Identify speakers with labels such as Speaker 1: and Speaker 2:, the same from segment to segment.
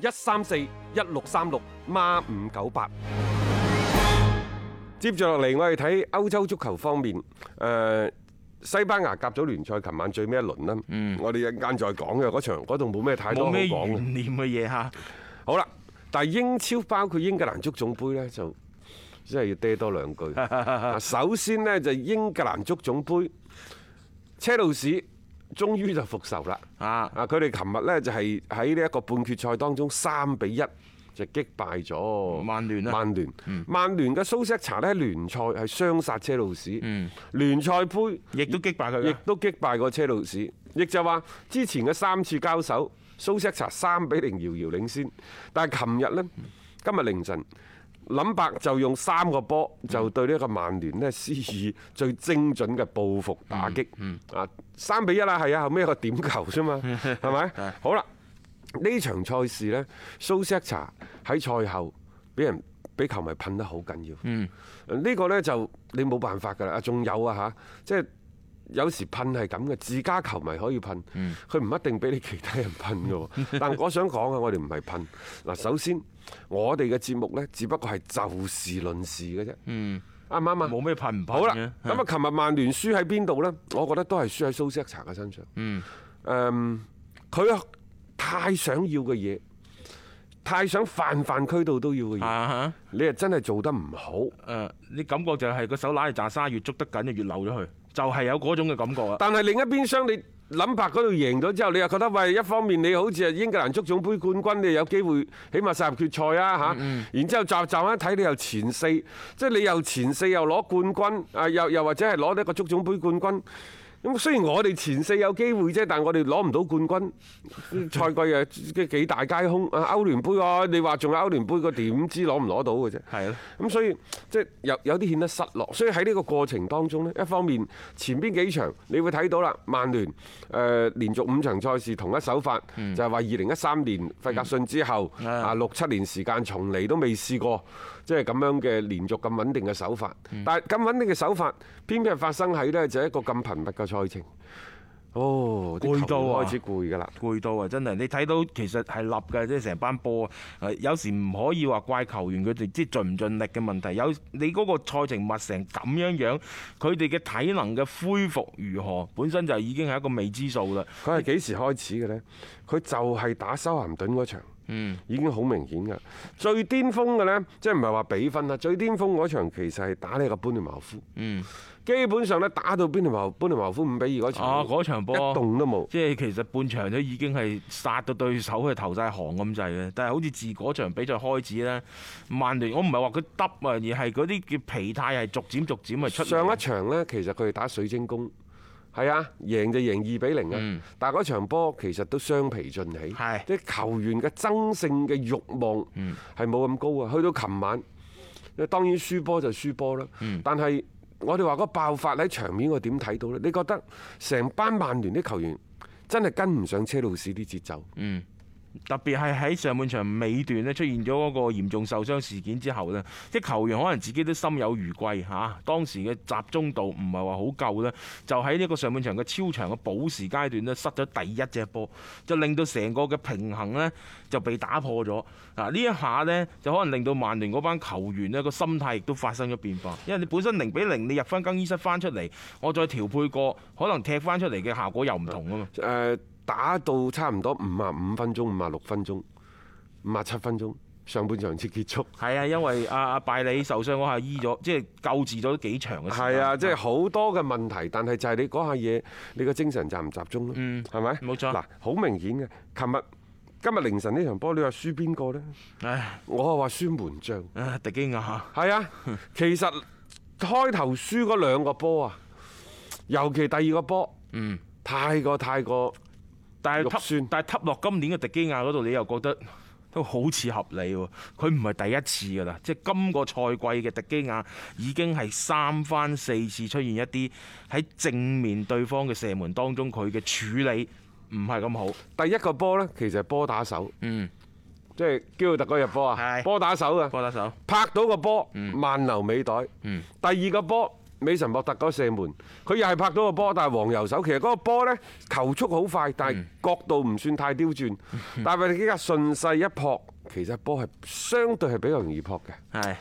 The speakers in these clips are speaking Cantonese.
Speaker 1: 一三四一六三六孖五九八。接住落嚟，我哋睇歐洲足球方面，誒、西班牙甲組聯賽琴晚最尾一輪啦，我哋一陣間再講嘅嗰場嗰度冇咩太多
Speaker 2: 嗯冇
Speaker 1: 好
Speaker 2: 咩
Speaker 1: 講嘅
Speaker 2: 懸念嘅嘢嚇。
Speaker 1: 好啦，但係英超包括英格蘭足總杯呢，就真係要嗲多兩句。啊首先呢，就英格蘭足總杯，車路士終於就復仇啦！
Speaker 2: 啊
Speaker 1: 啊，佢哋琴日呢，就係喺呢一個半決賽當中三比一。就擊敗咗
Speaker 2: 曼聯啊
Speaker 1: 曼聯，曼聯嘅蘇斯查呢，喺聯賽係雙殺車路士，聯賽杯
Speaker 2: 亦都擊敗佢啊㗎
Speaker 1: 亦都擊敗過車路士，亦就話之前嘅三次交手，蘇斯查三比零遙遙領先，但係琴日呢，今日凌晨。林伯就用三個波就對呢一個曼聯呢施以最精準嘅報復打擊，
Speaker 2: 嗯
Speaker 1: 啊三比一啦，係啊，後尾一個點球啫 嘛，係咪？好啦，呢場賽事呢，蘇斯查喺賽後俾人俾球迷噴得好緊要，
Speaker 2: 嗯
Speaker 1: 呢個呢，就你冇辦法㗎啦。啊，仲有啊嚇，即係。有時噴係咁嘅，自家球迷可以噴，
Speaker 2: 嗯
Speaker 1: 佢唔一定俾你其他人噴嘅喎。 但我想講啊，我哋唔係噴。嗱，首先我哋嘅節目呢，只不過係就事論事嘅啫。啱唔啱啊？
Speaker 2: 嗯冇咩噴唔噴
Speaker 1: 好啦，
Speaker 2: 嘅
Speaker 1: 咁啊，琴日曼聯輸喺邊度呢？我覺得都係輸喺蘇斯克查嘅身上。嗯。佢太想要嘅嘢，太想泛泛區道都要嘅嘢，
Speaker 2: 啊
Speaker 1: 你係真係做得唔好。
Speaker 2: 嚇！誒，你感覺就係個手拉住扎沙，越捉得緊啊就越漏咗佢，就係有嗰種嘅感覺啊！
Speaker 1: 但係另一邊廂，你諗白嗰度贏咗之後，你又覺得喂，一方面你好似係英格蘭足總杯冠軍，你有機會起碼殺入決賽啊嚇。然之後集集一睇，你又前四，即係你又前四又攞冠軍啊，又又或者係攞呢個足總杯冠軍。咁雖然我哋前四有機會啫，但係我哋攞唔到冠軍， 賽季啊即係幾大皆空啊！歐聯杯啊，你話仲有歐聯杯個點知攞唔攞到嘅啫？
Speaker 2: 係咯。
Speaker 1: 咁所以即係有有啲顯得失落，所以喺呢個過程當中呢，一方面前邊幾場你會睇到啦，曼聯誒、呃、連續五場賽事同一手法，
Speaker 2: 嗯
Speaker 1: 就係話二零一三年費格遜之後啊六七年時間從嚟都未試過即係咁樣嘅連續咁穩定嘅手法，
Speaker 2: 嗯
Speaker 1: 但係咁穩定嘅手法偏偏係發生喺呢就係一個咁頻密嘅賽程。哦，啲
Speaker 2: 攰到
Speaker 1: 球員
Speaker 2: 啊
Speaker 1: 開始攰㗎啦。
Speaker 2: 攰到啊！真係你睇到其實係立嘅，即係成班波啊！誒有時唔可以話怪球員佢哋即係盡唔盡力嘅問題。有你嗰個賽程密成咁樣樣，佢哋嘅體能嘅恢復如何，本身就已經係一個未知數啦。
Speaker 1: 佢係幾時開始嘅呢？佢就係打修咸頓嗰場，已經好明顯㗎。最巔峰嘅呢，即係唔係話比分啦？最巔峰嗰場其實係打呢個班尼茅夫，基本上呢，打到班尼茅班尼茅夫五比二嗰場，
Speaker 2: 啊嗰場波
Speaker 1: 一動都冇。
Speaker 2: 即係其實半場都已經係殺到對手係投晒汗咁滯嘅，但係好似自嗰場比賽開始咧，曼聯我唔係話佢耷啊，而係嗰啲嘅疲態係逐漸逐漸係出嚟
Speaker 1: 上一場呢，其實佢哋打水晶宮，係啊，贏就贏二比零啊。但係嗰場波其實都雙皮盡起
Speaker 2: 嗯係，嗯
Speaker 1: 即係球員嘅爭勝嘅慾望係冇咁高啊。去到琴晚，當然輸波就輸波啦，
Speaker 2: 嗯
Speaker 1: 但係我哋話嗰爆發喺場面，我點睇到呢？你覺得成班曼聯啲球員真係跟唔上車路士啲節奏？
Speaker 2: 嗯特別係喺上半場尾段咧出現咗嗰個嚴重受傷事件之後呢，即係球員可能自己都心有餘悸嚇，當時嘅集中度唔係話好夠呢，就喺呢個上半場嘅超長嘅補時階段呢，失咗第一隻波，就令到成個嘅平衡呢就被打破咗。啊，呢一下呢，就可能令到曼聯嗰班球員呢個心態亦都發生咗變化，因為你本身零比零你入翻更衣室翻出嚟，我再調配過，可能踢翻出嚟嘅效果又唔同啊嘛。
Speaker 1: 誒、打到差唔多五啊五分鐘、五啊六分鐘、五啊七分鐘，上半場先結束。
Speaker 2: 係啊，因為阿阿拜里受傷嗰下醫咗，即係救治咗幾長嘅時間。
Speaker 1: 係啊，即係好多嘅問題，但係就係你嗰下嘢，你個精神集唔集中咯？
Speaker 2: 嗯
Speaker 1: 係咪？
Speaker 2: 冇錯
Speaker 1: 嗱，好明顯嘅，琴日。今日凌晨呢場波，你話輸邊個呢？
Speaker 2: 唉，
Speaker 1: 我係話輸門將。
Speaker 2: 唉，迪基亞
Speaker 1: 係 啊，其實開頭輸嗰兩個波啊，尤其第二個波，嗯，太過太過
Speaker 2: 但係
Speaker 1: 肉
Speaker 2: 吸
Speaker 1: 酸
Speaker 2: 但係吸落今年嘅迪基亞嗰度，你又覺得都好似合理喎。佢唔係第一次㗎啦，即係今個賽季嘅迪基亞已經係三番四次出現一啲喺正面對方嘅射門當中，佢嘅處理唔係咁好。
Speaker 1: 第一個波呢，其實係波打手，
Speaker 2: 嗯，
Speaker 1: 即係基奧特嗰入波啊，
Speaker 2: 係
Speaker 1: 波打手啊，
Speaker 2: 波打手，
Speaker 1: 拍到個波，慢流尾袋。
Speaker 2: 嗯
Speaker 1: 第二個波。美神莫特嗰射門，佢又係拍到個波，但係黃油手。其實嗰個波呢，球速好快，但
Speaker 2: 嗯
Speaker 1: 係角度唔算太刁 鑽。但係佢而家順勢一撲，其實波係相對係比較容易撲嘅。
Speaker 2: 係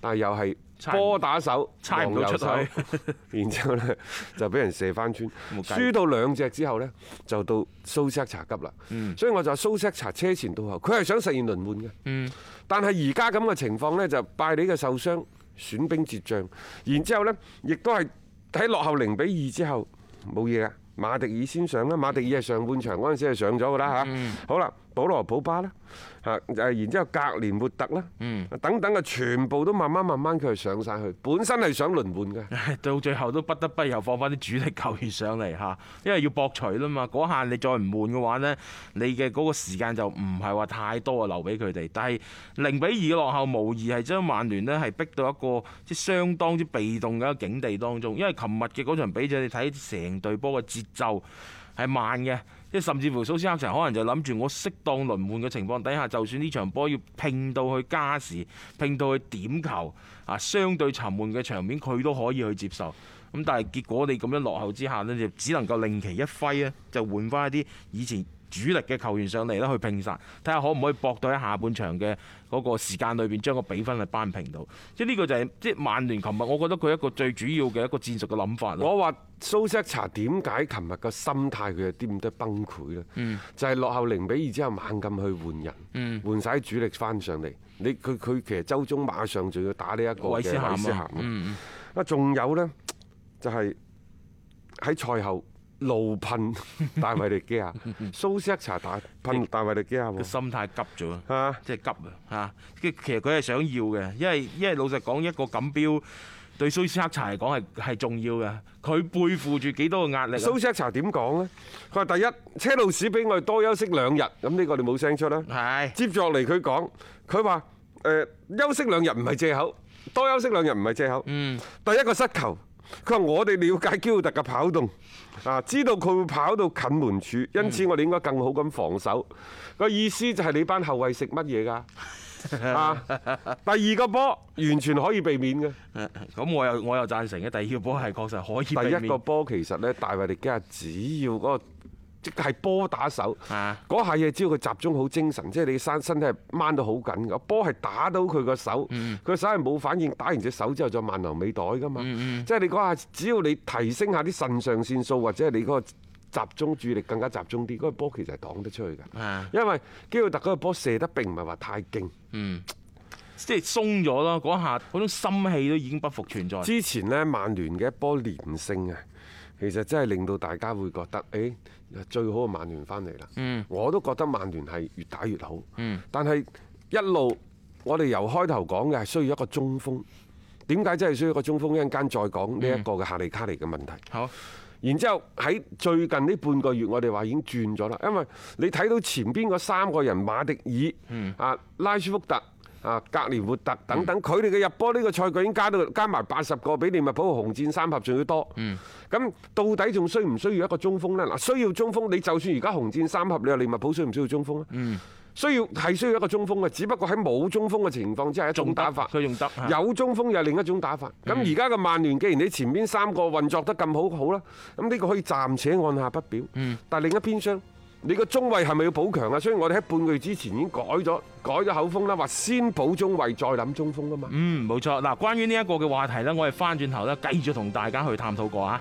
Speaker 1: 但係又係
Speaker 2: 猜唔
Speaker 1: 波打手，
Speaker 2: 猜唔到出
Speaker 1: 黃油
Speaker 2: 去
Speaker 1: 手，然之後呢，就俾人射翻穿，
Speaker 2: 冇計
Speaker 1: 輸到兩隻之後呢，就到蘇斯克查急啦。
Speaker 2: 嗯
Speaker 1: 所以我就話蘇斯克查車前到後，佢係想實現輪換嘅。
Speaker 2: 嗯
Speaker 1: 但係而家咁嘅情況呢，就拜你嘅受傷，損兵折將，然之後呢，亦都係喺落後零比二之後冇嘢噶。馬迪爾先上啦，馬迪爾係上半場嗰陣時係上咗噶啦嚇。
Speaker 2: 嗯
Speaker 1: 好啦，保羅普巴啦，嚇誒，然之後格連活特啦，
Speaker 2: 嗯
Speaker 1: 等等嘅全部都慢慢慢慢佢係上晒去，本身係想輪換嘅。
Speaker 2: 到最後都不得不又放翻啲主力球員上嚟嚇， 因為要博取啦嘛。嗰下你再唔換嘅話呢，你嘅嗰個時間就唔係話太多啊，留俾佢哋。但係零比二嘅落後，無疑係將曼聯呢係逼到一個即係相當之被動嘅一個境地當中。因為琴日嘅嗰場比賽，你睇成隊波嘅節奏係慢嘅。即係甚至乎蘇斯克查可能就諗住我適當輪換嘅情況底下，就算呢場波要拼到去加時，拼到去點球啊，相對沉悶嘅場面佢都可以去接受。咁但係結果你咁樣落後之下呢，就只能夠令其一揮咧，就換翻一啲以前主力嘅球員上嚟啦，去拼殺，睇下可唔可以搏到喺下半場嘅嗰個時間裏邊將個比分係扳平到。即係呢個就係即係曼聯琴日，我覺得佢一個最主要嘅一個戰術嘅諗法咯。
Speaker 1: 我話蘇斯克查點解琴日個心態佢有啲咁多崩潰呢？就係落後零比二之後猛咁去換人，換晒主力翻上嚟。你佢佢其實周中馬上就要打呢一個
Speaker 2: 韋斯
Speaker 1: 嘅
Speaker 2: 咸啊
Speaker 1: 韋斯咸啊。啊，仲有呢，就係喺賽後怒噴 大衛迪基 亞，蘇斯克查打噴大衛迪基亞
Speaker 2: 個
Speaker 1: 喎。
Speaker 2: 心態急咗。
Speaker 1: 啊！
Speaker 2: 即係急啊嚇！即係其實佢係想要嘅，因為因為老實講，一個錦標對蘇斯克查嚟講係係重要嘅，佢背負住幾多個壓力啊。
Speaker 1: 蘇斯克查點講呢？佢話第一，車路士比我哋多休息兩日，咁呢個你冇聲出啦。
Speaker 2: 係
Speaker 1: 接落嚟佢講，佢話誒休息兩日唔係借口，多休息兩日唔係借口。
Speaker 2: 嗯，
Speaker 1: 第一個失球，佢話我哋了解基奧特嘅跑動，啊知道佢會跑到近門柱，因
Speaker 2: 嗯
Speaker 1: 此我哋應該更好咁防守。個意思就係你班後衞食乜嘢㗎？ 啊！第二個波完全可以避免嘅。
Speaker 2: 咁我又我又贊成嘅。第二個波係確實可以避
Speaker 1: 第一個
Speaker 2: 免
Speaker 1: 波其實呢，大衛迪基亞只要嗰、個即係波打手。
Speaker 2: 啊，
Speaker 1: 嗰下嘢只要佢集中好精神，即係你身身體係掹到好緊嘅，波係打到佢個手，佢個手係冇反應，打完隻手之後再慢流尾袋噶嘛。即係你嗰下，只要你提升下啲腎上腺素，或者係你嗰個集中注意力更加集中啲，嗰、個波其實係擋得出去㗎
Speaker 2: 啊。
Speaker 1: 因為基奧特嗰個波射得並唔係話太勁。
Speaker 2: 即係鬆咗咯。嗰下嗰種心氣都已經不復存在。
Speaker 1: 之前呢，曼聯嘅一波連勝啊，其實真係令到大家會覺得，誒、最好嘅曼聯翻嚟啦。我都覺得曼聯係越打越好。但係一路我哋由開頭講嘅係需要一個中鋒。點解真係需要一個中鋒？一陣間再講呢一個嘅夏利卡尼嘅問題。
Speaker 2: 好，
Speaker 1: 然之後喺最近呢半個月，我哋話已經轉咗啦，因為你睇到前邊嗰三個人馬迪
Speaker 2: 嗯
Speaker 1: 爾、啊拉舒福特、啊格連活特等等，佢哋嘅入波呢個賽季已經加到加埋八十個，比利物浦紅箭三合仲要多。
Speaker 2: 嗯
Speaker 1: 咁到底仲需唔需要一個中鋒呢？嗱，需要中鋒，你就算而家紅箭三合，你話利物浦需唔需要中鋒
Speaker 2: 嗯
Speaker 1: 咧？需要係需要一個中鋒嘅，只不過喺冇中鋒嘅情況之下，一種
Speaker 2: 仲得
Speaker 1: 打法。
Speaker 2: 佢仲得啊
Speaker 1: 有中鋒又係另一種打法。咁而家嘅曼聯，既然你前面三個運作得咁好，好啦，咁呢個可以暫且按下不表。但係另一邊廂，你個中衞係咪要補強啊？所以我哋喺半個月之前已經改咗改咗口風啦，話先補中衞再諗中鋒噶嘛。
Speaker 2: 嗯，冇錯。嗱，關於呢一個嘅話題呢，我哋翻轉頭咧繼續同大家去探討過啊。